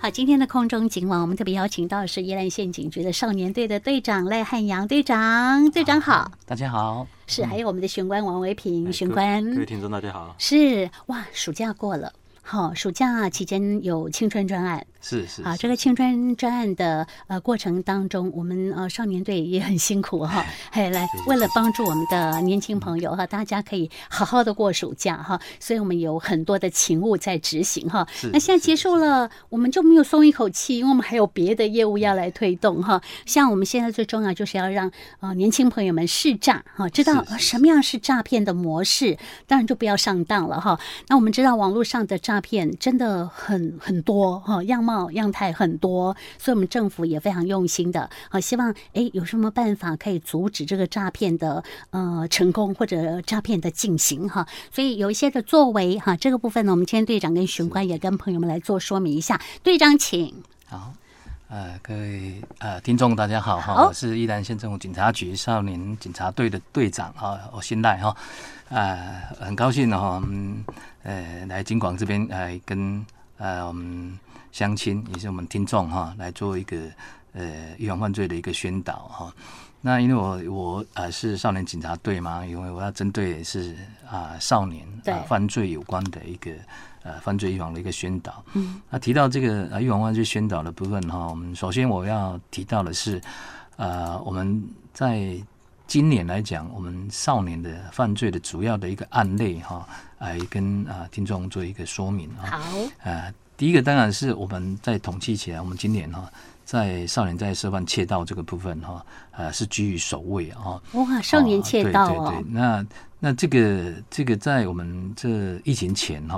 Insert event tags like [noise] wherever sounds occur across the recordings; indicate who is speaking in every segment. Speaker 1: 好，今天的空中警网，我们特别邀请到的是宜兰县警局的少年队的队长赖汉阳队长，队长好。
Speaker 2: 大家好，
Speaker 1: 是，还有我们的玄关王维平，
Speaker 3: 哎
Speaker 1: 玄
Speaker 3: 各
Speaker 1: 关
Speaker 3: 各位听众大家好，
Speaker 1: 是哇，暑假过了。好，暑假期间有青春专案
Speaker 2: 是是
Speaker 1: 啊，
Speaker 2: 是
Speaker 1: 这个青春专案的呃过程当中，我们呃少年队也很辛苦哈，
Speaker 2: 哎
Speaker 1: 嘿，来为了帮助我们的年
Speaker 2: 嗯
Speaker 1: 轻朋友哈，大家可以好好的过暑假哈，所以我们有很多的勤务在执行哈。
Speaker 2: 是
Speaker 1: 那现在
Speaker 2: 是
Speaker 1: 结束了，我们就没有松一口气，因为我们还有别的业务要来推动哈。像我们现在最重要就是要让呃年轻朋友们试诈哈，知道
Speaker 2: 是
Speaker 1: 呃
Speaker 2: 是
Speaker 1: 什么样是诈骗的模式，当然就不要上当了哈。那我们知道网络上的诈骗真的很很多哈，样貌样态很多，所以我们政府也非常用心的，好希望诶有什么办法可以阻止这个诈骗的呃成功或者诈骗的进行哈。所以有一些的作为哈，这个部分呢，我们今天队长跟巡官也跟朋友们来做说明一下。队长，请。
Speaker 2: 好。呃，各位呃听众大家好哈、
Speaker 1: 好
Speaker 2: 我是宜兰县政府警察局少年警察队的队长哈、我姓赖哈，呃，很高兴哈、哦，嗯，呃，来金广这边来跟呃我们乡亲也是我们听众哈、来做一个呃预防犯罪的一个宣导哈、那因为我我呃是少年警察队嘛，因为我要针对是啊、少年啊、
Speaker 1: 对
Speaker 2: 犯罪有关的一个呃犯罪预防的一个宣导。嗯，那提到这个呃预防犯罪宣导的部分哈，我们首先我要提到的是，呃，我们在今年来讲，我们少年的犯罪的主要的一个案例哈，来跟啊、呃听众做一个说明啊。
Speaker 1: 好，
Speaker 2: 呃，第一个当然是我们在统计起来，我们今年哈、在少年在涉犯窃盗这个部分哈、呃，是居于首位啊、哦。
Speaker 1: 哇，少年窃盗哦，
Speaker 2: 对对对，那那这个这个在我们这疫情前哈、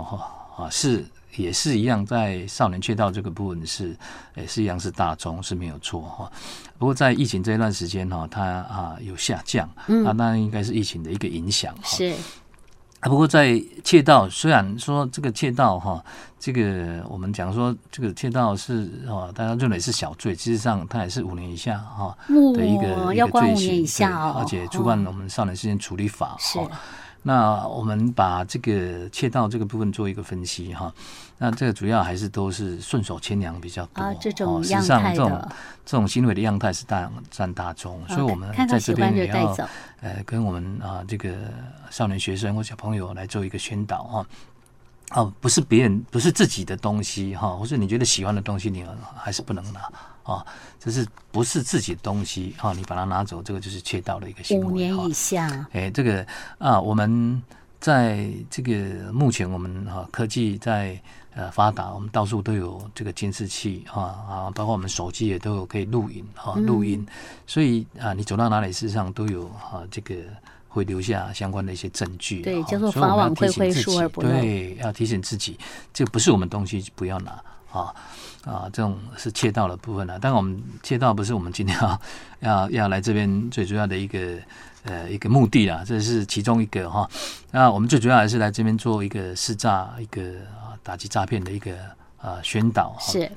Speaker 2: 哦、啊是也是一样，在少年窃盗这个部分是也是一样是大宗是没有错哈、不过在疫情这一段时间哈、它啊有下降，啊那应该是疫情的一个影响、哦。
Speaker 1: 嗯是
Speaker 2: 啊，不过在窃盗，虽然说这个窃盗哈，这个我们讲说这个窃盗是哦，大家认为是小罪，事实上它也是五年以下哈的一
Speaker 1: 哇
Speaker 2: 个一
Speaker 1: 哦要
Speaker 2: 个
Speaker 1: 关
Speaker 2: 罪
Speaker 1: 五年
Speaker 2: 行，
Speaker 1: 以下哦
Speaker 2: 对而且触犯我们少年事件处理法
Speaker 1: 是
Speaker 2: 哈、那我们把这个窃盗这个部分做一个分析哈，那这个主要还是都是顺手牵羊比较多
Speaker 1: 啊，这
Speaker 2: 哦
Speaker 1: 种
Speaker 2: 事实
Speaker 1: 样
Speaker 2: 上
Speaker 1: 态
Speaker 2: 这种
Speaker 1: 的，
Speaker 2: 这种行为的样态是大占大众，所以我们
Speaker 1: 啊看到
Speaker 2: 在
Speaker 1: 喜
Speaker 2: 这
Speaker 1: 欢
Speaker 2: 边
Speaker 1: 就
Speaker 2: 也
Speaker 1: 带
Speaker 2: 要
Speaker 1: 走，
Speaker 2: 呃，跟我们啊、这个少年学生或小朋友来做一个宣导哈。哦，不是别人，不是自己的东西哈、或是你觉得喜欢的东西，你还是不能拿啊、这是不是自己的东西哈、你把它拿走，这个就是窃盗的一个行为
Speaker 1: 五
Speaker 2: 哈。
Speaker 1: 年以下，
Speaker 2: 哎，这个啊，我们在这个目前我们啊科技在呃发达，我们到处都有这个监视器啊啊，包括我们手机也都有可以录影啊录音，
Speaker 1: 嗯
Speaker 2: 所以啊你走到哪里，事实上都有啊这个。会留下相关的一些证据，
Speaker 1: 对
Speaker 2: 啊
Speaker 1: 叫做
Speaker 2: 所以我
Speaker 1: 法
Speaker 2: 们要
Speaker 1: 网恢
Speaker 2: 提醒
Speaker 1: 恢
Speaker 2: 自
Speaker 1: 疏
Speaker 2: 己
Speaker 1: 而不漏
Speaker 2: 对，要提醒自己，这不是我们东西，不要拿啊啊，这种是窃盗的部分啊。但我们窃盗不是我们今天要要要来这边最主要的一个呃一个目的啦，这是其中一个哈。那我们最主要还是来这边做一个试诈、一个啊打击诈骗的一个啊宣导哈。
Speaker 1: 是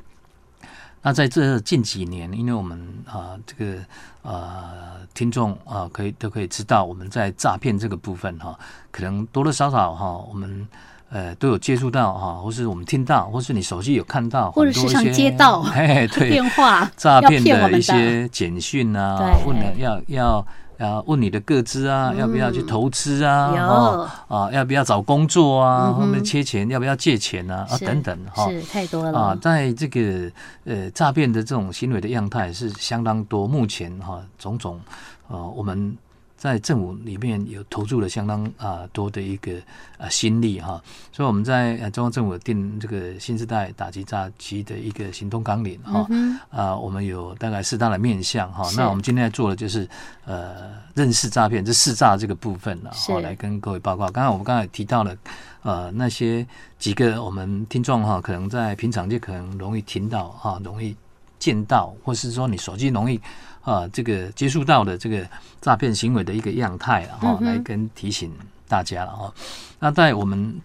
Speaker 2: 那在这近几年，因为我们啊、这个呃听众啊、可以都可以知道，我们在诈骗这个部分哈、可能多多少少哈、我们呃都有接触到哈、或是我们听到，或是你手机有看到，
Speaker 1: 或者
Speaker 2: 很多
Speaker 1: 时常
Speaker 2: 一些
Speaker 1: 接
Speaker 2: [laughs]
Speaker 1: 到 [laughs]
Speaker 2: 哎， [laughs] 对，
Speaker 1: 电话
Speaker 2: 诈
Speaker 1: 要
Speaker 2: 骗
Speaker 1: 骗我
Speaker 2: 的
Speaker 1: 们的，
Speaker 2: 一些简讯啊，
Speaker 1: 对嗯
Speaker 2: 问了要要要问你的个资啊，要不要去投资啊？
Speaker 1: 有
Speaker 2: 哦啊，要不要找工作啊
Speaker 1: 嗯？哼
Speaker 2: 会不会缺钱？要不要借钱啊？啊，
Speaker 1: 是
Speaker 2: 等等哈。
Speaker 1: 是太多
Speaker 2: 啊
Speaker 1: 了，，
Speaker 2: 在这个呃诈骗的这种行为的样态是相当多，目前哈、种种呃我们在政府里面有投入了相当啊、多的一个呃心力哈、所以我们在、呃、中央政府有定这个新时代打击诈欺的一个行动纲领哈。
Speaker 1: 嗯，
Speaker 2: 啊、我们有大概四大的面向哈。
Speaker 1: 是
Speaker 2: 那我们今天在做的就是呃，认识诈骗，这试诈这个部分了，
Speaker 1: 是
Speaker 2: 哈、来跟各位报告。刚刚我们刚才提到了呃那些几个我们听众哈、可能在平常就可能容易听到哈、容易见到，或是说你手机容易啊、这个接触到的这个诈骗行为的一个样态了哈、
Speaker 1: 嗯哼
Speaker 2: 来跟提醒大家了哈、那在我们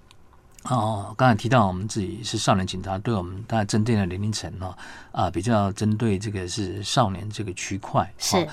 Speaker 2: 哦，刚才提到我们自己是少年警察队，我们大概针对的年龄层哦，啊、比较针对这个是少年这个区块。
Speaker 1: 是
Speaker 2: 哦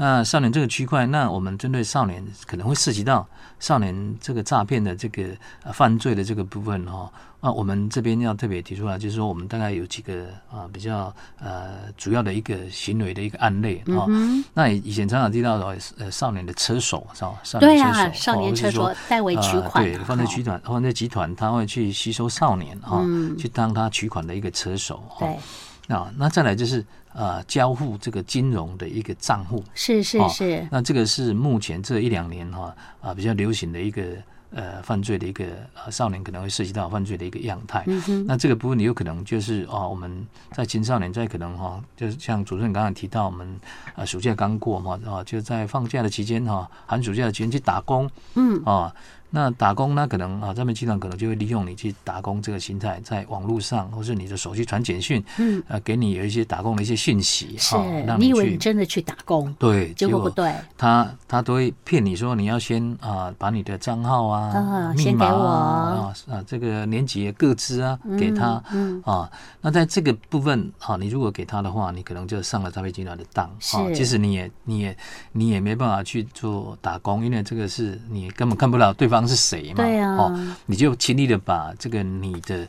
Speaker 2: 那少年这个区块，那我们针对少年可能会涉及到少年这个诈骗的这个、呃、犯罪的这个部分哦，啊，我们这边要特别提出来，就是说我们大概有几个啊比较呃主要的一个行为的一个案例啊。
Speaker 1: 嗯
Speaker 2: 那以前常常听到的呃少年的车手，少少
Speaker 1: 哼，对
Speaker 2: 年车手，
Speaker 1: 啊，少年车
Speaker 2: 手哦
Speaker 1: 手代为取款、
Speaker 2: 呃对，犯罪集团，犯罪集团他会去吸收少年哈、
Speaker 1: 嗯
Speaker 2: 去当他取款的一个车手哈、
Speaker 1: 对，
Speaker 2: 啊，那再来就是呃交付这个金融的一个账户，
Speaker 1: 是是
Speaker 2: 哦
Speaker 1: 是，
Speaker 2: 那这个是目前这一两年哈啊、比较流行的一个呃犯罪的一个呃少年可能会涉及到犯罪的一个样态。
Speaker 1: 嗯哼，
Speaker 2: 那这个部分有可能就是啊、我们在青少年在可能哈、就是像主持人刚才提到，我们呃暑假刚过嘛，啊、就在放假的期间哈、寒暑假的期间去打工，
Speaker 1: 嗯，
Speaker 2: 啊，那打工那可能啊，诈骗集团可能就会利用你去打工这个心态，在网络上或是你的手机传简讯，
Speaker 1: 嗯，
Speaker 2: 呃，给你有一些打工的一些讯息，
Speaker 1: 是
Speaker 2: 啊、让
Speaker 1: 你以为你
Speaker 2: 去
Speaker 1: 真的去打工，
Speaker 2: 对，
Speaker 1: 结果不对，
Speaker 2: 他他都会骗你说你要先啊、把你的账号啊、
Speaker 1: 啊
Speaker 2: 密
Speaker 1: 先
Speaker 2: 码
Speaker 1: 给我
Speaker 2: 啊啊啊这个年级的个资啊、给他
Speaker 1: 嗯，
Speaker 2: 啊，那在这个部分啊，你如果给他的话，你可能就上了诈骗集团的当啊。
Speaker 1: 是
Speaker 2: 其实你也你也你也没办法去做打工，因为这个是你根本看不到对方是谁嘛，
Speaker 1: 对啊
Speaker 2: 哦，你就轻易的把这个你的。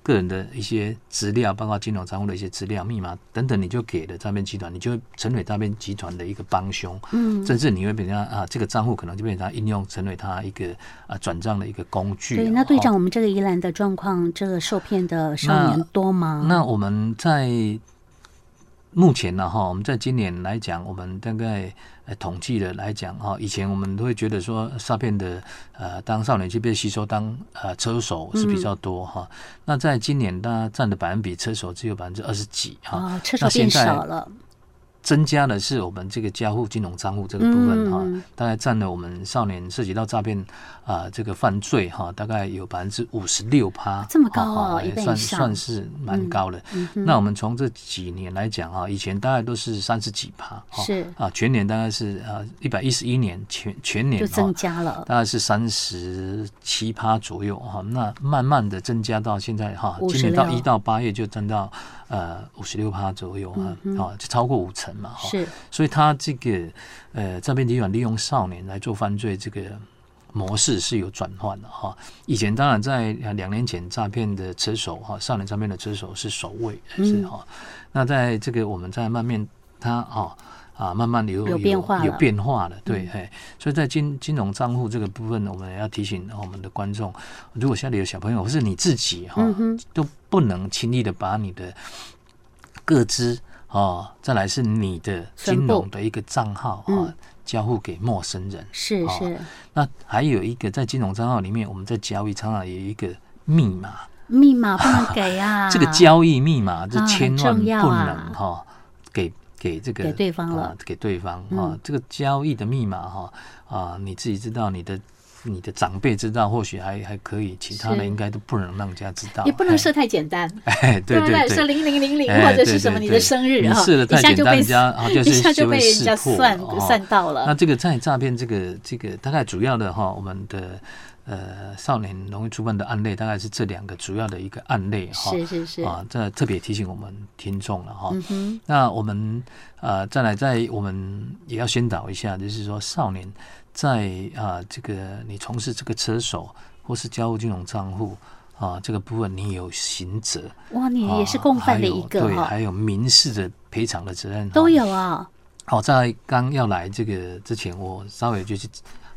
Speaker 2: 个人的一些资料，包括金融账户的一些资料、密码等等，你就给了诈骗集团，你就成为诈骗集团的一个帮凶。
Speaker 1: 嗯，
Speaker 2: 甚至你会被他啊，这个账户可能就被他应用成为他一个啊转账的一个工具了。
Speaker 1: 对，那队
Speaker 2: 哦
Speaker 1: 长，我们这个宜兰的状况，这个受骗的少年多吗？
Speaker 2: 那我们在目前呢，哈，我们在今年来讲，我们大概呃统计的来讲，哈，以前我们都会觉得说诈骗的呃，当少年去被吸收当呃车手是比较多哈、那在今年，大家占的百分比车手只有百分之二十几哈、
Speaker 1: 啊，车手
Speaker 2: 那
Speaker 1: 变
Speaker 2: 现在
Speaker 1: 少了，
Speaker 2: 增加的是我们这个交互金融账户这个部分哈、
Speaker 1: 嗯
Speaker 2: 大概占了我们少年涉及到诈骗啊、这个犯罪哈、大概有百分之五十六趴，
Speaker 1: 这么高哦
Speaker 2: 哈哈
Speaker 1: 一倍以
Speaker 2: 算
Speaker 1: 上
Speaker 2: 算是蛮高的。
Speaker 1: 嗯哼，
Speaker 2: 那我们从这几年来讲啊，以前大概都是三十几趴，哈
Speaker 1: 是
Speaker 2: 啊，全年大概是啊一百一十一年全全年
Speaker 1: 就
Speaker 2: 哈
Speaker 1: 增，加了，
Speaker 2: 大概是三十七趴左右哈、那慢慢的增加到现在哈、
Speaker 1: 56
Speaker 2: 今年到一到八月就增到呃五十六趴左右啊，
Speaker 1: 嗯哼
Speaker 2: 啊就超过五成嘛哈、
Speaker 1: 是
Speaker 2: 所以他这个呃诈骗集团利用少年来做犯罪这个模式是有转换的哈、以前当然在呃两年前诈骗的车手哈、少年诈骗的车手是首位
Speaker 1: 嗯
Speaker 2: 是哈、那在这个我们在慢慢他哈。啊，慢慢有
Speaker 1: 有变化了嗯
Speaker 2: 有变化了，对，哎、所以在金金融账户这个部分，我们也要提醒我们的观众，如果家里有小朋友或是你自己哈、
Speaker 1: 嗯哼
Speaker 2: 都不能轻易的把你的各资哦，再来是你的金融的一个账号啊、
Speaker 1: 嗯
Speaker 2: 交互给陌生人。
Speaker 1: 是
Speaker 2: 哦
Speaker 1: 是
Speaker 2: 那还有一个在金融账号里面，我们在交易常常有一个密码，
Speaker 1: 密码不能给啊，
Speaker 2: 这个交易密码这
Speaker 1: 啊
Speaker 2: 千万
Speaker 1: 很
Speaker 2: 不
Speaker 1: 重要啊
Speaker 2: 能哈、给给这个
Speaker 1: 给对方了
Speaker 2: 啊，给对方啊、
Speaker 1: 嗯
Speaker 2: 这个交易的密码哈啊，你自己知道你的。你的长辈知道，或许还还可以，其他的
Speaker 1: 是
Speaker 2: 应该都不能让人家知道。
Speaker 1: 也不能
Speaker 2: 哎
Speaker 1: 设太简单，
Speaker 2: 哎， [laughs] 对对
Speaker 1: 设
Speaker 2: 对，
Speaker 1: 零零零零
Speaker 2: 哎
Speaker 1: 或者
Speaker 2: 对
Speaker 1: 是什么
Speaker 2: 对
Speaker 1: 你
Speaker 2: 对
Speaker 1: 的生日
Speaker 2: 你
Speaker 1: 啊，
Speaker 2: 设得
Speaker 1: 一
Speaker 2: 太
Speaker 1: 下
Speaker 2: 简
Speaker 1: 就
Speaker 2: 单
Speaker 1: 被
Speaker 2: 人家啊就
Speaker 1: 一
Speaker 2: 是
Speaker 1: 下就
Speaker 2: 就
Speaker 1: 被
Speaker 2: 会
Speaker 1: 人家
Speaker 2: 识破
Speaker 1: 算
Speaker 2: 哦
Speaker 1: 算到
Speaker 2: 那
Speaker 1: 了，
Speaker 2: 这个在诈骗这个这个大概主要的哈，我们的呃少年容易出问的案例，大概是这两个主要的一个案例哈。
Speaker 1: 是是是，
Speaker 2: 啊，这特别提醒我们听众了哈。
Speaker 1: 嗯哼，
Speaker 2: 那我们呃，再来，在我们也要宣导一下，就是说少年在啊、这个你从事这个车手或是交互金融账户啊这个部分，你有刑责。
Speaker 1: 哇，你也是
Speaker 2: 啊
Speaker 1: 共犯
Speaker 2: 还
Speaker 1: 的
Speaker 2: 有
Speaker 1: 一个
Speaker 2: 对，
Speaker 1: 哈，
Speaker 2: 还有民事的赔偿的责任
Speaker 1: 都
Speaker 2: 哈。
Speaker 1: 有啊，
Speaker 2: 好、在刚要来这个之前，我稍微就去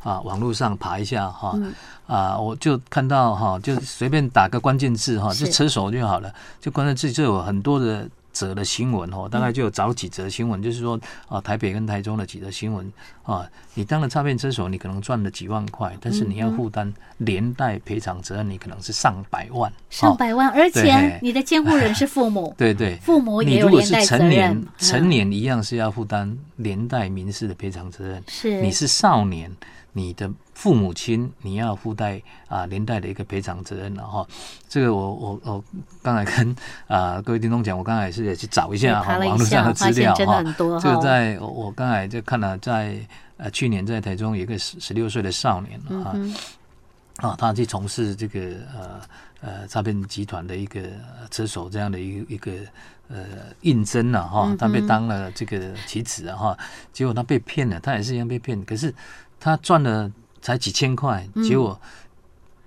Speaker 2: 啊网络上爬一下哈、
Speaker 1: 嗯
Speaker 2: 啊，我就看到哈、就随便打个关键字哈、
Speaker 1: 是
Speaker 2: 就车手就好了，就关键字就有很多的。则的新闻
Speaker 1: 嗯
Speaker 2: 哦，大概就有找几则新闻，就是说啊，台北跟台中的几则新闻啊，你当了诈骗车手，你可能赚了几万块，但是你
Speaker 1: 嗯
Speaker 2: 要负担连带赔偿责任，你可能是上百万。
Speaker 1: 上
Speaker 2: 哦
Speaker 1: 百万，而且
Speaker 2: 对，
Speaker 1: 你的监护人是父母
Speaker 2: 对对，
Speaker 1: 父母
Speaker 2: 你
Speaker 1: 哦也有
Speaker 2: 如果
Speaker 1: 连
Speaker 2: 是
Speaker 1: 带责任
Speaker 2: 成
Speaker 1: 嗯
Speaker 2: 年，，成年一样是要负担连带民事的赔偿责任。
Speaker 1: 是
Speaker 2: 你是少年，你的父母亲你要附带啊连带的一个赔偿责任了哈。这个我我我刚才跟啊、各位听众讲，我刚才也是也去找一
Speaker 1: 也
Speaker 2: 下
Speaker 1: 爬
Speaker 2: 哈
Speaker 1: 了
Speaker 2: 网
Speaker 1: 一
Speaker 2: 络上
Speaker 1: 下，
Speaker 2: 的资
Speaker 1: 发现
Speaker 2: 料
Speaker 1: 真的
Speaker 2: 哈。
Speaker 1: 很多
Speaker 2: 这
Speaker 1: 哈。
Speaker 2: 个在我我刚才就看了在，呃去年在台中有一个十十六岁的少年
Speaker 1: 嗯
Speaker 2: 啊、
Speaker 1: 哼，
Speaker 2: 啊，他去从事这个呃呃诈骗集团的一个呃车手这样的一个一个呃应征了哈
Speaker 1: 嗯，
Speaker 2: 他被
Speaker 1: 哼
Speaker 2: 当了这个棋子啊哈，结果他被骗了，他也是一样被骗，可是他赚了才几千块，
Speaker 1: 嗯
Speaker 2: 结果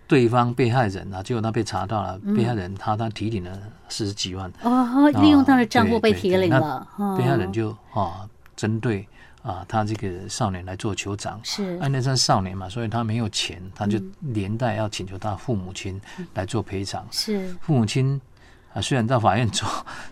Speaker 2: 对方被害人啊，结果他被查到了，被害人他他提领了四十几万，
Speaker 1: 哦，利用他的账户
Speaker 2: 对
Speaker 1: 被
Speaker 2: 对
Speaker 1: 提
Speaker 2: 对
Speaker 1: 领
Speaker 2: 那
Speaker 1: 了，哦
Speaker 2: 被害人就啊针对啊他这个少年来做酋长，
Speaker 1: 是
Speaker 2: 安那山少年嘛，所以他没有钱，他就
Speaker 1: 嗯
Speaker 2: 连带要请求他父母亲来做赔偿。
Speaker 1: 是，
Speaker 2: 父母亲啊，虽然到法院做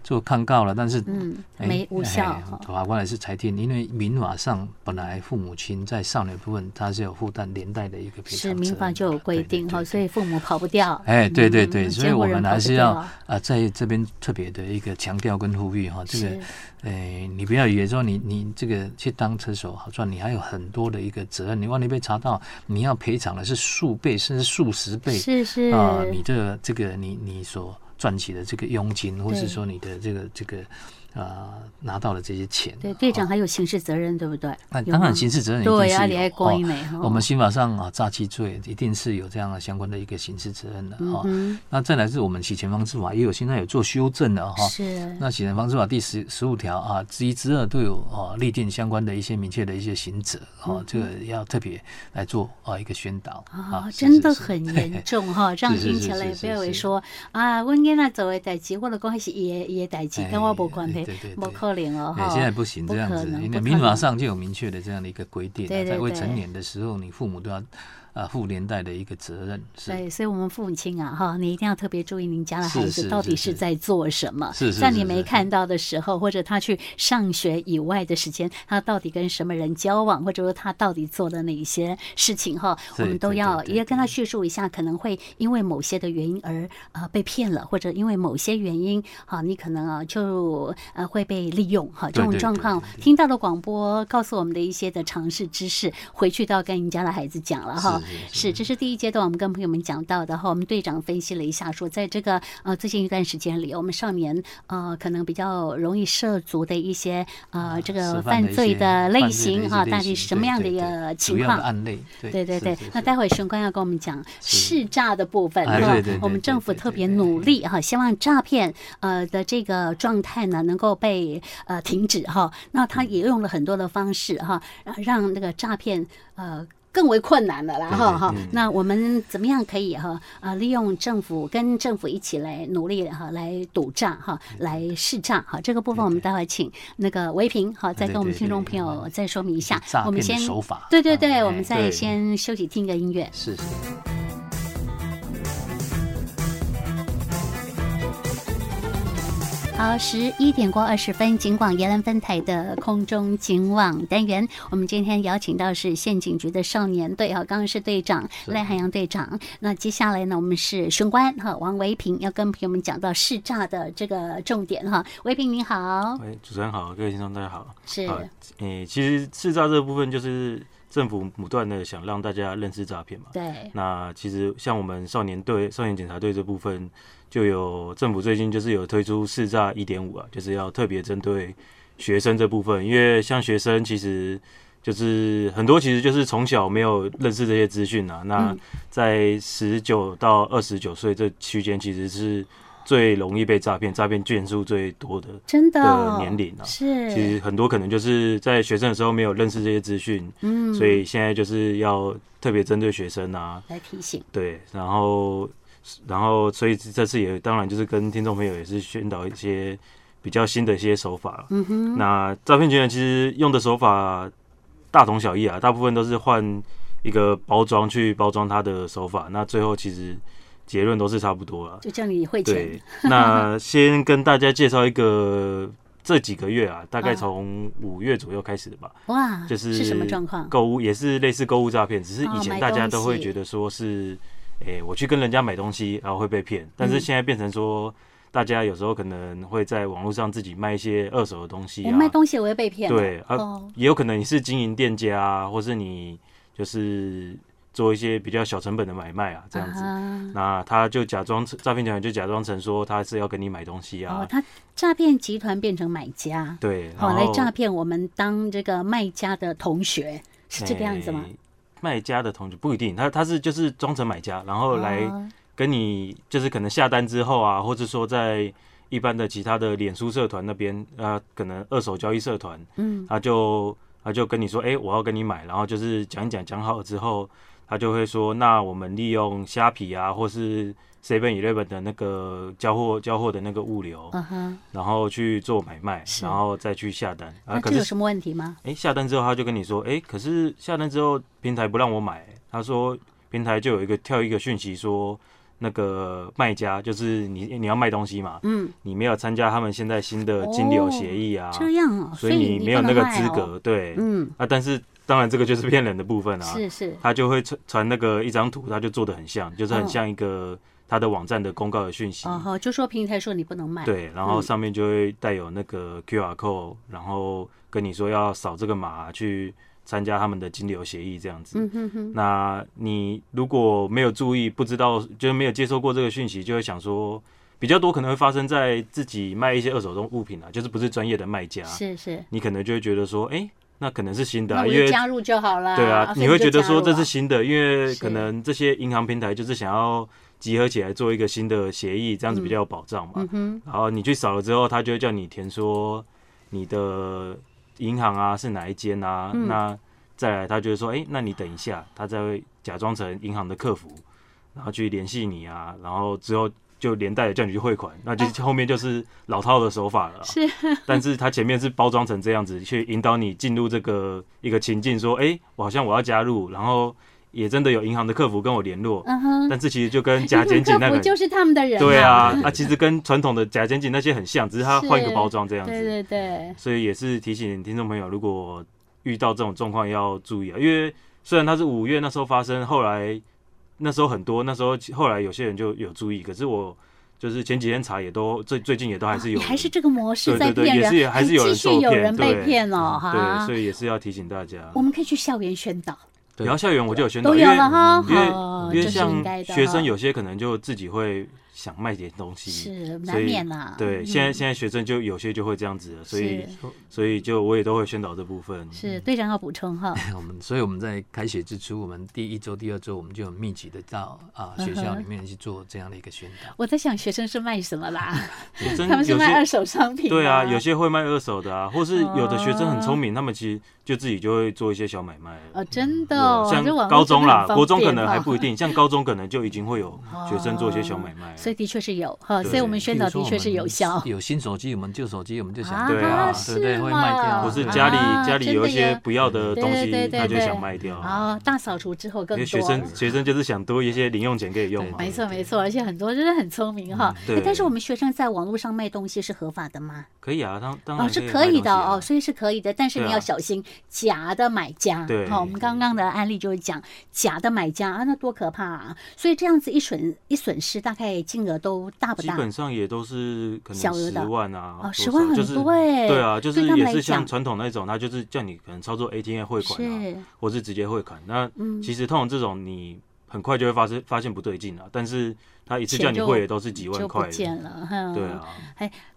Speaker 2: 做抗告了，但是
Speaker 1: 嗯，
Speaker 2: 哎
Speaker 1: 没无效
Speaker 2: 哎，
Speaker 1: 哦
Speaker 2: 法官也是裁定，因为民法上本来父母亲在少年部分他是有负担连带的一个赔偿责
Speaker 1: 是
Speaker 2: 任
Speaker 1: 民法就有规定哈，
Speaker 2: 哈，
Speaker 1: 哦所以父母跑不掉。
Speaker 2: 哎，对对对，
Speaker 1: 嗯
Speaker 2: 所以
Speaker 1: 监护
Speaker 2: 我
Speaker 1: 人
Speaker 2: 们
Speaker 1: 跑
Speaker 2: 还
Speaker 1: 不
Speaker 2: 是要
Speaker 1: 掉
Speaker 2: 啊、在这边特别的一个强调跟呼吁哈，这个
Speaker 1: 是
Speaker 2: 哎，你不要以为说你你这个去当车手好赚，你还有很多的一个责任，你万一被查到，你要赔偿的是数倍甚至数十倍
Speaker 1: 是是
Speaker 2: 啊、你这个这个你你所赚取的这个佣金，或
Speaker 1: 对
Speaker 2: 是说你的这个这个啊、拿到的这些钱，啊
Speaker 1: 对队长还有刑事责任，对不对？
Speaker 2: 那
Speaker 1: 有
Speaker 2: 当然
Speaker 1: 吗
Speaker 2: 刑事责任一定是
Speaker 1: 对
Speaker 2: 有
Speaker 1: 啊，你还关
Speaker 2: 哦
Speaker 1: 没哈？
Speaker 2: 我们刑法上啊，诈欺罪一定是有这样的相关的一个刑事责任的哈、哦
Speaker 1: 嗯
Speaker 2: 那再来是我们洗钱防治法也有现在有做修正的哈、
Speaker 1: 哼，是
Speaker 2: 那洗钱防治法第十十五条啊，之一之二都有啊立定相关的一些明确的一些刑责
Speaker 1: 嗯
Speaker 2: 啊，这个要特别来做啊一个宣导
Speaker 1: 啊，
Speaker 2: 是
Speaker 1: 真的
Speaker 2: 是
Speaker 1: 很
Speaker 2: [laughs]
Speaker 1: 严重哈，让听
Speaker 2: 是是
Speaker 1: 起
Speaker 2: 是
Speaker 1: 来
Speaker 2: 是
Speaker 1: 不要为
Speaker 2: 是
Speaker 1: 说啊，阮囡仔做的代志，我就讲那是伊的伊的代志，
Speaker 2: 哎
Speaker 1: 跟我无关系
Speaker 2: 对对，
Speaker 1: 无
Speaker 2: 对
Speaker 1: 可能哦
Speaker 2: 对，
Speaker 1: 哈。
Speaker 2: 哎现在不行
Speaker 1: 不
Speaker 2: 这样
Speaker 1: 可
Speaker 2: 子，
Speaker 1: 能
Speaker 2: 因
Speaker 1: 不
Speaker 2: 为
Speaker 1: 可
Speaker 2: 民法
Speaker 1: 能
Speaker 2: 上就有明确的这样的一个规定、啊，
Speaker 1: 对对
Speaker 2: 在未
Speaker 1: 对
Speaker 2: 成年的时候，你父母都要啊负连带的一个责任，是
Speaker 1: 对，所以我们父母亲啊，哈，你一定要特别注意您家的孩
Speaker 2: 是
Speaker 1: 子
Speaker 2: 是
Speaker 1: 到底
Speaker 2: 是
Speaker 1: 是
Speaker 2: 是
Speaker 1: 在做什么，
Speaker 2: 是是
Speaker 1: 在
Speaker 2: 是
Speaker 1: 你
Speaker 2: 是
Speaker 1: 没
Speaker 2: 是
Speaker 1: 看到的时候，或者他去上学以外的时间，他到底跟什么人交往，或者说他到底做了哪些事情哈，我
Speaker 2: 对
Speaker 1: 们都
Speaker 2: 对对
Speaker 1: 要
Speaker 2: 对
Speaker 1: 也跟他
Speaker 2: 对
Speaker 1: 叙述一下，可能会因为某些的原因而呃被骗了，或者因为某些原因哈、你可能啊就呃会被利用哈、这
Speaker 2: 对
Speaker 1: 种
Speaker 2: 对
Speaker 1: 状
Speaker 2: 对
Speaker 1: 况
Speaker 2: 对对
Speaker 1: 听到了广播告诉我们的一些的常识知识，回去都要跟人家的孩子讲了哈。
Speaker 2: 是是
Speaker 1: 哦是，这是第一阶段我们跟朋友们讲到的哈。我们队长分析了一下说，在这个呃最近一段时间里，我们少年呃可能比较容易涉足的一些呃这
Speaker 2: 示
Speaker 1: 个
Speaker 2: 范
Speaker 1: 犯
Speaker 2: 一
Speaker 1: 罪
Speaker 2: 些
Speaker 1: 的类
Speaker 2: 犯罪
Speaker 1: 型
Speaker 2: 一些
Speaker 1: 啊，
Speaker 2: 类
Speaker 1: 大概
Speaker 2: 型
Speaker 1: 是什么样的
Speaker 2: 对
Speaker 1: 一
Speaker 2: 对
Speaker 1: 个
Speaker 2: 对
Speaker 1: 情
Speaker 2: 主要的
Speaker 1: 况？
Speaker 2: 案例，对
Speaker 1: 对对对
Speaker 2: 是是，
Speaker 1: 那
Speaker 2: 是
Speaker 1: 待会儿玄关要跟我们讲
Speaker 2: 是
Speaker 1: 试诈的部分
Speaker 2: 哎
Speaker 1: 哈
Speaker 2: 对对对
Speaker 1: 我们政府
Speaker 2: 对对
Speaker 1: 特
Speaker 2: 对
Speaker 1: 别
Speaker 2: 对
Speaker 1: 努力哈，希望诈骗呃的这个状态呢能够被呃停止哈。那
Speaker 2: 嗯
Speaker 1: 他也用了很多的方式哈，让让那个诈骗呃。更为困难了啦，
Speaker 2: 对
Speaker 1: 哈
Speaker 2: 对
Speaker 1: 哈
Speaker 2: 嗯。
Speaker 1: 那我们怎么样可以哈啊利用政府跟政府一起来努力哈来堵诈哈
Speaker 2: 嗯
Speaker 1: 来试诈哈这个部分我们待会儿请那个维平哈再
Speaker 2: 对
Speaker 1: 跟我们
Speaker 2: 对
Speaker 1: 听
Speaker 2: 对
Speaker 1: 众
Speaker 2: 对
Speaker 1: 朋友再说明一下
Speaker 2: 诈。
Speaker 1: 我们
Speaker 2: 骗的
Speaker 1: 先
Speaker 2: 手法
Speaker 1: 对对对，
Speaker 3: 啊
Speaker 2: 嗯
Speaker 1: 我们
Speaker 2: 哎
Speaker 1: 再
Speaker 2: 对
Speaker 1: 先休息听个音乐。
Speaker 2: 是是。
Speaker 1: 好，十一点过二十分，警广延兰分台的空中警网单元，我们今天邀请到是县警局的少年队啊哈，刚刚是队长
Speaker 2: 是
Speaker 1: 赖汉阳队长。那接下来呢，我们是巡官哈王维平要跟朋友们讲到试诈的这个重点哈。维平你好，
Speaker 3: 喂，主持人好，各位听众大家好。
Speaker 1: 是
Speaker 3: 好，诶、其实叱诈这部分就是政府不断的想让大家认识诈骗嘛。
Speaker 1: 对，
Speaker 3: 那其实像我们少年队、少年检察队这部分，就有政府最近就是有推出叱诈一点五啊，就是要特别针对学生这部分，因为像学生其实就是很多其实就是从小没有认识这些资讯啊，那
Speaker 1: 嗯
Speaker 3: 在十九到二十九岁这区间其实是最容易被诈骗、诈骗件数最多的。
Speaker 1: 真的
Speaker 3: 的
Speaker 1: 哦
Speaker 3: 年龄啊其
Speaker 1: 是
Speaker 3: 实很多可能就是在学生的时候没有认识这些资讯，
Speaker 1: 嗯，
Speaker 3: 所以现在就是要特别针对学生啊，
Speaker 1: 来提醒
Speaker 3: 对，然后然后所以这次也当然就是跟听众朋友也是宣导一些比较新的一些手法。嗯哼，那诈骗集团其实用的手法大同小异啊，大部分都是换一个包装去包装它的手法，那最后其实结论都是差不多啊了。
Speaker 1: 就叫你汇钱
Speaker 3: 对，那先跟大家介绍一个 [laughs] 这几个月啊，大概
Speaker 1: 啊
Speaker 3: 从五月左右开始的吧，
Speaker 1: 哇，
Speaker 3: 就是
Speaker 1: 什么状况？
Speaker 3: 购物也是类似购物诈骗，只是
Speaker 1: 哦
Speaker 3: 以
Speaker 1: 买
Speaker 3: 前大
Speaker 1: 东
Speaker 3: 家都会
Speaker 1: 西
Speaker 3: 觉得说是，诶、我去跟人家买东西，然后会被骗，但
Speaker 1: 嗯
Speaker 3: 是现在变成说。大家有时候可能会在网络上自己卖一些二手的东西
Speaker 1: 我
Speaker 3: 啊，
Speaker 1: 哦卖东西我会被骗了，
Speaker 3: 对啊
Speaker 1: 哦，
Speaker 3: 也有可能你是经营店家啊，或是你就是做一些比较小成本的买卖啊，这样子。
Speaker 1: 啊
Speaker 3: 那他就假装成诈骗集团就假装成说他是要跟你买东西啊，
Speaker 1: 哦，他诈骗集团变成买家，
Speaker 3: 对，然
Speaker 1: 好、来
Speaker 3: 后
Speaker 1: 诈骗我们当这个卖家的同学，是这个样子吗？
Speaker 3: 诶卖家的同学不一定，他他是就是装成买家，然后来
Speaker 1: 哦
Speaker 3: 跟你就是可能下单之后啊，或者说在一般的其他的脸书社团那边，呃，可能二手交易社团，
Speaker 1: 嗯，
Speaker 3: 他就他就跟你说，哎、我要跟你买，然后就是讲一讲讲好了之后，他他就会说，那我们利用虾皮啊，或是 Seven Eleven 的那个交货交货的那个物流，
Speaker 1: 嗯哼，
Speaker 3: 然后去做买卖，
Speaker 1: 是
Speaker 3: 然后再去下单啊。
Speaker 1: 那
Speaker 3: 可
Speaker 1: 这有
Speaker 3: 是
Speaker 1: 什么问题吗？
Speaker 3: 哎、下单之后他就跟你说，哎、可是下单之后平台不让我买、他说平台就有一个跳一个讯息说。那个卖家就是你，你要卖东西嘛，
Speaker 1: 嗯，
Speaker 3: 你没有参加他们现在新的金流协议啊，
Speaker 1: 这样哦，
Speaker 3: 所
Speaker 1: 以
Speaker 3: 你没有那个
Speaker 1: 不能
Speaker 3: 资
Speaker 1: 卖
Speaker 3: 格，
Speaker 1: 哦。
Speaker 3: 对，
Speaker 1: 嗯，
Speaker 3: 啊，但是当然这个就是骗人的部分啊，
Speaker 1: 是是，
Speaker 3: 他就会传传那个一张图，他就做的很像，就是很像一个他的网站的公告的讯息，
Speaker 1: 嗯哦吼，就说平台说你不能卖，
Speaker 3: 对，然后上面就会带有那个 QR code，然后跟你说要扫这个码去参加他们的金流协议这样子。
Speaker 1: 嗯哼哼，
Speaker 3: 那你如果没有注意，不知道就是没有接收过这个讯息，就会想说比较多可能会发生在自己卖一些二手东物品啊，就是不是专业的卖家，
Speaker 1: 是是，
Speaker 3: 你可能就会觉得说，哎、那可能是新的、
Speaker 1: 那
Speaker 3: 啊，
Speaker 1: 我
Speaker 3: 因为
Speaker 1: 就加入就好啦。
Speaker 3: 对啊，
Speaker 1: 所以
Speaker 3: 你会
Speaker 1: 就
Speaker 3: 觉得
Speaker 1: 加
Speaker 3: 说
Speaker 1: 入
Speaker 3: 这是
Speaker 1: 啊
Speaker 3: 新的，因为
Speaker 1: 是
Speaker 3: 可能这些银行平台就是想要集合起来做一个新的协议，这样子比较有保障嘛。
Speaker 1: 嗯哼，
Speaker 3: 然后你去扫了之后，他就会叫你填说你的银行啊是哪一间啊，
Speaker 1: 嗯
Speaker 3: 那再来他就会说，哎、那你等一下，他再会假装成银行的客服，然后去联系你啊，然后之后就连带的叫你去汇款，那就后面就是老套的手法了
Speaker 1: [laughs]
Speaker 3: 啊、
Speaker 1: 是
Speaker 3: 但是他前面是包装成这样子，去引导你进入这个一个情境，说，哎、我好像我要加入，然后也真的有银行的客服跟我联络，
Speaker 1: 嗯哼，
Speaker 3: 但这其实就跟假捡警
Speaker 1: 客
Speaker 3: 那
Speaker 1: 服
Speaker 3: 个
Speaker 1: [laughs] 就是他们的人，
Speaker 3: 对，啊，啊，其实跟传统的假剪警那些很像，只是它
Speaker 1: 是
Speaker 3: 换一个包装这样
Speaker 1: 对
Speaker 3: 子。
Speaker 1: 对对，
Speaker 3: 所以也是提醒听众朋友，如果遇到这种状况要注意啊，因为虽然它是五月那时候发生，后来那时候很多，那时候后来有些人就有注意，可是我就是前几天查也都最最近也都还是有
Speaker 1: 啊
Speaker 3: 人，
Speaker 1: 还是这个模式
Speaker 3: 对
Speaker 1: 在
Speaker 3: 对对
Speaker 1: 骗人，
Speaker 3: 也是有还是有人
Speaker 1: 继续
Speaker 3: 受
Speaker 1: 有
Speaker 3: 骗
Speaker 1: 人被
Speaker 3: 对嗯
Speaker 1: 骗哦，
Speaker 3: 对，
Speaker 1: 哈
Speaker 3: 所。以也是要提醒大家
Speaker 1: 我。们可以去校园宣导，
Speaker 3: 然后校园我就有宣
Speaker 1: 都
Speaker 3: 导，因
Speaker 1: 有
Speaker 3: 为嗯
Speaker 1: 了哈，
Speaker 3: 因为
Speaker 1: 好，
Speaker 3: 因
Speaker 1: 这
Speaker 3: 为
Speaker 1: 是应该
Speaker 3: 像
Speaker 1: 的
Speaker 3: 学
Speaker 1: 哈
Speaker 3: 生有些可能就自己会想卖点东西，
Speaker 1: 是
Speaker 3: 所
Speaker 1: 难
Speaker 3: 以
Speaker 1: 免啦，
Speaker 3: 对，现在现在学生就有些就会这样子了，所以
Speaker 1: 是
Speaker 3: 所以就我也都会宣导这部分。
Speaker 1: 是队长要补充哈，
Speaker 2: 我们所以我们在开学之初，我们第一周、第二周，我们就很密集的到啊学校
Speaker 1: 嗯
Speaker 2: 里面去做这样的一个宣导。
Speaker 1: 我在想学生是卖什么啦？
Speaker 3: 学
Speaker 1: [laughs]
Speaker 3: 生
Speaker 1: 他们是
Speaker 3: 嗯有
Speaker 1: 卖二
Speaker 3: 些
Speaker 1: 手商品，
Speaker 3: 对啊，有
Speaker 1: 有
Speaker 3: 些会卖二手的啊，或是有的学生很聪明，他们其实就自己就会做一些小买卖了。
Speaker 1: 哦，真的哦，
Speaker 3: 像
Speaker 1: 这网络真
Speaker 3: 高
Speaker 1: 的
Speaker 3: 中啦
Speaker 1: 很，方
Speaker 3: 国中可
Speaker 1: 便
Speaker 3: 能还
Speaker 1: 哈哦
Speaker 3: 不一定，像高中可能就已经会有学生做一些小买卖了。
Speaker 1: 所以的确是有哈，
Speaker 3: 对
Speaker 1: 所以我们宣导的确是有效。
Speaker 2: 有新手机，我们旧手机，我们就想
Speaker 1: 啊
Speaker 2: 对啊，
Speaker 1: 是
Speaker 2: 对不对？
Speaker 1: 吗
Speaker 2: 会卖掉，
Speaker 3: 或是
Speaker 1: 啊
Speaker 3: 家里、家
Speaker 1: 真
Speaker 3: 里
Speaker 1: 的
Speaker 3: 有一
Speaker 1: 耶
Speaker 3: 些不要的东
Speaker 1: 对对
Speaker 3: 西，
Speaker 1: 对
Speaker 3: 他就
Speaker 1: 对
Speaker 3: 想卖掉。啊
Speaker 1: 哦，大扫除之后
Speaker 3: 因
Speaker 1: 更
Speaker 3: 为
Speaker 1: 多，
Speaker 3: 学生学生就是想多一些零用钱可以用嘛。
Speaker 2: 对
Speaker 1: 没错没错，而且很多真的很聪明哈。
Speaker 3: 嗯对
Speaker 1: 哎但是我们学生在网络上卖东西是合法的吗？
Speaker 3: 可以啊，当当
Speaker 1: 哦，
Speaker 3: 然
Speaker 1: 是可
Speaker 3: 可
Speaker 1: 以
Speaker 3: 以
Speaker 1: 的
Speaker 3: 卖东西啊
Speaker 1: 哦，。所以是可以的，但是
Speaker 3: 对
Speaker 1: 你
Speaker 3: 啊
Speaker 1: 要小心假的买家。
Speaker 3: 对
Speaker 1: 好，我们刚刚的案例就是讲假的买家啊，那多可怕啊！所以这样子一损一损失，大概金额都大不
Speaker 3: 基
Speaker 1: 大？
Speaker 3: 本上也都是可
Speaker 1: 小
Speaker 3: 能
Speaker 1: 额
Speaker 3: 十
Speaker 1: 的
Speaker 3: 万啊，
Speaker 1: 哦
Speaker 3: 多
Speaker 1: 10万
Speaker 3: 少就是
Speaker 1: 很多欸
Speaker 3: 对啊，就
Speaker 1: 对
Speaker 3: 是
Speaker 1: 他们
Speaker 3: 也
Speaker 1: 来
Speaker 3: 是像
Speaker 1: 讲
Speaker 3: 传统那种，他就是叫你可能操作 ATM 汇款啊，
Speaker 1: 是，
Speaker 3: 或是直接汇款。那
Speaker 1: 嗯，
Speaker 3: 其实通常这种你很快就会发生发现不对劲啊，但是他一次
Speaker 1: 钱
Speaker 3: 叫你
Speaker 1: 就
Speaker 3: 汇也都是几
Speaker 1: 就
Speaker 3: 万
Speaker 1: 不
Speaker 3: 块
Speaker 1: 见
Speaker 3: 的，
Speaker 1: 了。嗯哈
Speaker 3: 对啊，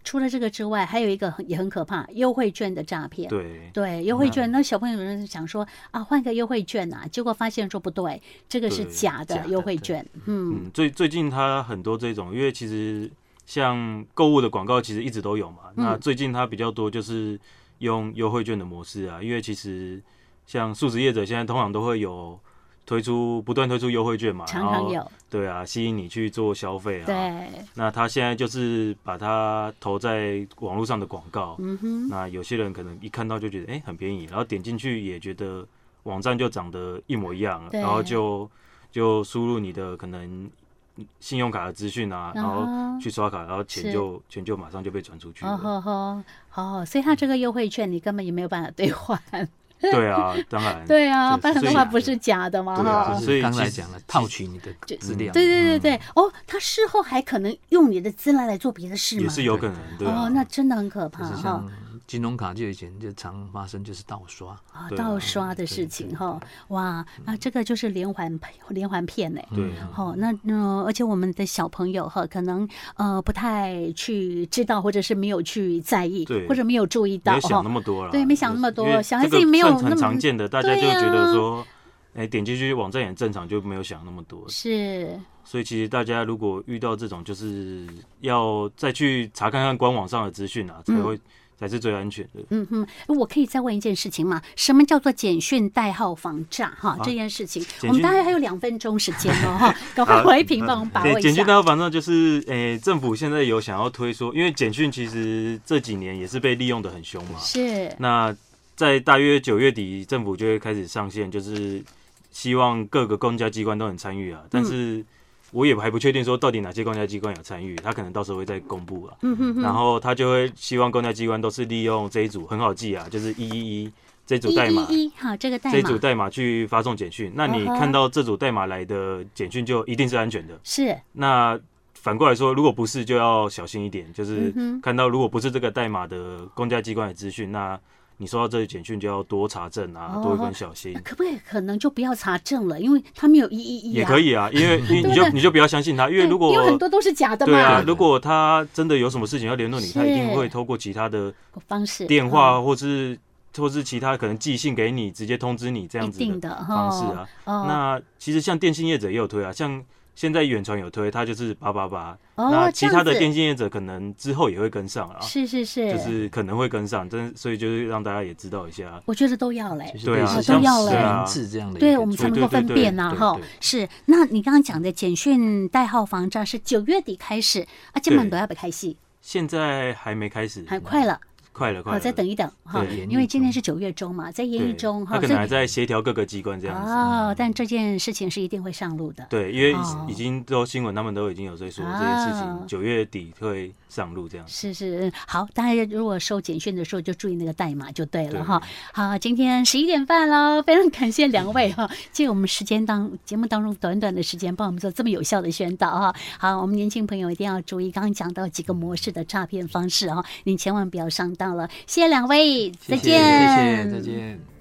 Speaker 1: 除了这个之外，还有一个很也很可怕，优惠券的诈骗。
Speaker 3: 对。
Speaker 1: 对优惠券，那小朋友有人想说啊，换个优惠券啊，结果发现说不对，这个是
Speaker 3: 对
Speaker 1: 假
Speaker 2: 假
Speaker 1: 的
Speaker 2: 的
Speaker 1: 优惠券。嗯，
Speaker 3: 嗯，最最近它很多这种，因为其实像购物的广告其实一直都有嘛。
Speaker 1: 嗯
Speaker 3: 那最近它比较多就是用优惠券的模式啊，因为其实像素食业者现在通常都会有推出不断推出优惠券嘛，
Speaker 1: 常
Speaker 3: 然
Speaker 1: 常
Speaker 3: 后
Speaker 1: 有。
Speaker 3: 对啊，吸引你去做消费啊。
Speaker 1: 对，
Speaker 3: 那他现在就是把它投在网络上的广告，
Speaker 1: 嗯哼，
Speaker 3: 那有些人可能一看到就觉得哎、诶很便宜，然后点进去也觉得网站就长得一模一样了，
Speaker 1: 对
Speaker 3: 然后就就输入你的可能信用卡的资讯啊，然
Speaker 1: 后
Speaker 3: 后
Speaker 1: 哦
Speaker 3: 去刷卡，然后钱
Speaker 1: 是
Speaker 3: 就钱就马上就被转出去
Speaker 1: 哦
Speaker 3: 了。
Speaker 1: 吼
Speaker 3: 嗯
Speaker 1: 吼，哦，所以他这个优惠券你根本也没有办法兑换。
Speaker 3: 对啊，当然，
Speaker 1: [laughs] 对啊，
Speaker 2: 这
Speaker 1: 不然的
Speaker 3: 所以
Speaker 1: 话不是假的嘛
Speaker 3: 对啊
Speaker 1: 哈
Speaker 3: 是。嗯
Speaker 2: 就是刚才讲了，套取你的资料。
Speaker 1: 对对对对，哦，他事后还可能用你的资料来做别的事
Speaker 3: 也
Speaker 1: 嘛？
Speaker 3: 是有可能，对啊
Speaker 1: 哦，，那真的很可怕
Speaker 2: 就是
Speaker 1: 哈哦
Speaker 2: 像。金融卡就以前就常发生，就是盗刷。
Speaker 1: 啊，
Speaker 3: 对嗯
Speaker 1: 盗
Speaker 3: 啊
Speaker 1: 刷的
Speaker 2: 对
Speaker 1: 事
Speaker 2: 对
Speaker 1: 情
Speaker 2: 对
Speaker 1: 哈，哇，那这个就是连环连环骗呢。
Speaker 3: 对啊，
Speaker 1: 好、那嗯、而且我们的小朋友哈，可能呃不太去知道，或者是没有去在意，
Speaker 3: 对
Speaker 1: 或者没有注意
Speaker 3: 没
Speaker 1: 到
Speaker 3: 有想
Speaker 1: 哈。
Speaker 3: 那么多了，
Speaker 1: 对没想那么多
Speaker 3: 因为
Speaker 1: 小孩
Speaker 3: 这个
Speaker 1: 子也没有
Speaker 3: 算
Speaker 1: 那
Speaker 3: 很
Speaker 1: 么
Speaker 3: 常见的，大家就
Speaker 1: 对啊
Speaker 3: 觉得说哎、点进去网站也很正常，就没有想那么多。
Speaker 1: 是，
Speaker 3: 所以其实大家如果遇到这种，就是要再去查看看官网上的资讯啊，才会、才是最安全的。
Speaker 1: 嗯哼，我可以再问一件事情吗？什么叫做简讯代号防诈？哈、这件事情，我们
Speaker 3: 讯
Speaker 1: 大概还有两分钟时间哦，
Speaker 3: [laughs]
Speaker 1: 哈，赶快回评帮我们把握
Speaker 3: 对，
Speaker 1: 一
Speaker 3: 简讯代
Speaker 1: 下。
Speaker 3: 号防诈就是，诶、政府现在有想要推说，因为简讯其实这几年也是被利用的很凶嘛。
Speaker 1: 是，
Speaker 3: 那在大约九月底，政府就会开始上线，就是希望各个公家机关都很参与啊。
Speaker 1: 嗯
Speaker 3: 但是我也还不确定说到底哪些公家机关有参与，他可能到时候会再公布啊。
Speaker 1: 嗯哼哼，
Speaker 3: 然后他就会希望公家机关都是利用这一组很好记啊，就是一一一这组代码。
Speaker 1: 一一一，好，这个代
Speaker 3: 这
Speaker 1: 码
Speaker 3: 组代码去发送简讯，那你
Speaker 1: 嗯哼
Speaker 3: 看到这组代码来的简讯就一定是安全的。
Speaker 1: 是，
Speaker 3: 那反过来说，如果不是，就要小心一点，就是
Speaker 1: 嗯哼
Speaker 3: 看到如果不是这个代码的公家机关的资讯，那你收到这些简讯就要多查证啊，
Speaker 1: 哦
Speaker 3: 多一份小心
Speaker 1: 那。可不可以可能就不要查证了，因为他们有一一一
Speaker 3: 也可
Speaker 1: 以，
Speaker 3: 以啊，因为因为你就
Speaker 1: [laughs] 对
Speaker 3: 你就不要相信他，因
Speaker 1: 对
Speaker 3: 为如果
Speaker 1: 因为很多都是假的嘛，
Speaker 3: 对啊，
Speaker 2: 对
Speaker 3: 如果他真的有什么事情要联络你，他
Speaker 1: 是
Speaker 3: 一定会透过其他的
Speaker 1: 方式
Speaker 3: 电话
Speaker 1: 嗯
Speaker 3: 或是或是其他可能寄信给你，直接通知你这样
Speaker 1: 一
Speaker 3: 子的
Speaker 1: 定的
Speaker 3: 方式
Speaker 1: 哈，
Speaker 3: 啊。
Speaker 1: 哦
Speaker 3: 那其实像电信业者也有推啊，像现在远传有推，它就是八八八，那
Speaker 1: 哦，
Speaker 3: 其
Speaker 1: 这
Speaker 3: 他
Speaker 1: 样子
Speaker 3: 的电信业者可能之后也会跟上啊，
Speaker 1: 是是是，
Speaker 3: 就是可能会跟上，真所以就是让大家也知道一下。
Speaker 1: 我觉得都要嘞
Speaker 2: 就，是
Speaker 3: 对
Speaker 2: 类
Speaker 3: 啊
Speaker 2: 似
Speaker 1: 都
Speaker 2: 像
Speaker 1: 要
Speaker 2: 实
Speaker 1: 嘞
Speaker 2: 名制这样的一个
Speaker 1: 对，
Speaker 2: 做法，
Speaker 1: 我们才
Speaker 3: 对
Speaker 1: 能
Speaker 3: 对
Speaker 1: 够
Speaker 3: 对
Speaker 1: 分
Speaker 3: 对
Speaker 1: 辨呐、
Speaker 3: 对
Speaker 1: 哈
Speaker 3: 对。
Speaker 1: 是，那你刚刚讲的简讯代号防诈是九月底开始，啊，今晚都要不开戏，
Speaker 3: 现在还没开始，
Speaker 1: 还快了，
Speaker 3: 快嗯了，快
Speaker 1: 好，
Speaker 3: 了，
Speaker 1: 再等一等哈
Speaker 3: 对，
Speaker 2: 演
Speaker 1: 因为
Speaker 2: 绎
Speaker 1: 今天
Speaker 2: 中
Speaker 1: 是九月中嘛，在演
Speaker 3: 对
Speaker 1: 绎中
Speaker 3: 他
Speaker 1: 哈，
Speaker 3: 可
Speaker 1: 所
Speaker 3: 能还
Speaker 1: 以
Speaker 3: 在协调各个机关这样子。嗯
Speaker 1: 哦，但这件事情是一定会上路的。
Speaker 3: 对，因为
Speaker 1: 哦
Speaker 3: 已经都新闻，他们都已经有在说
Speaker 1: 啊
Speaker 3: 这件事情，九月底会上路这样。
Speaker 1: 是是，嗯好，大家如果收简讯的时候就注意那个代码就对了
Speaker 3: 对
Speaker 1: 哈。好，今天十一点半喽，非常感谢两
Speaker 2: [laughs]
Speaker 1: 位哈，借我们时间当节目当中短短的时间，帮我们做这么有效的宣导哈。好，我们年轻朋友一定要注意，刚刚讲到几个模式的诈骗方式哈，您千万不要上当了。谢谢两位，再
Speaker 2: 谢谢
Speaker 1: 见，
Speaker 2: 谢谢，再见。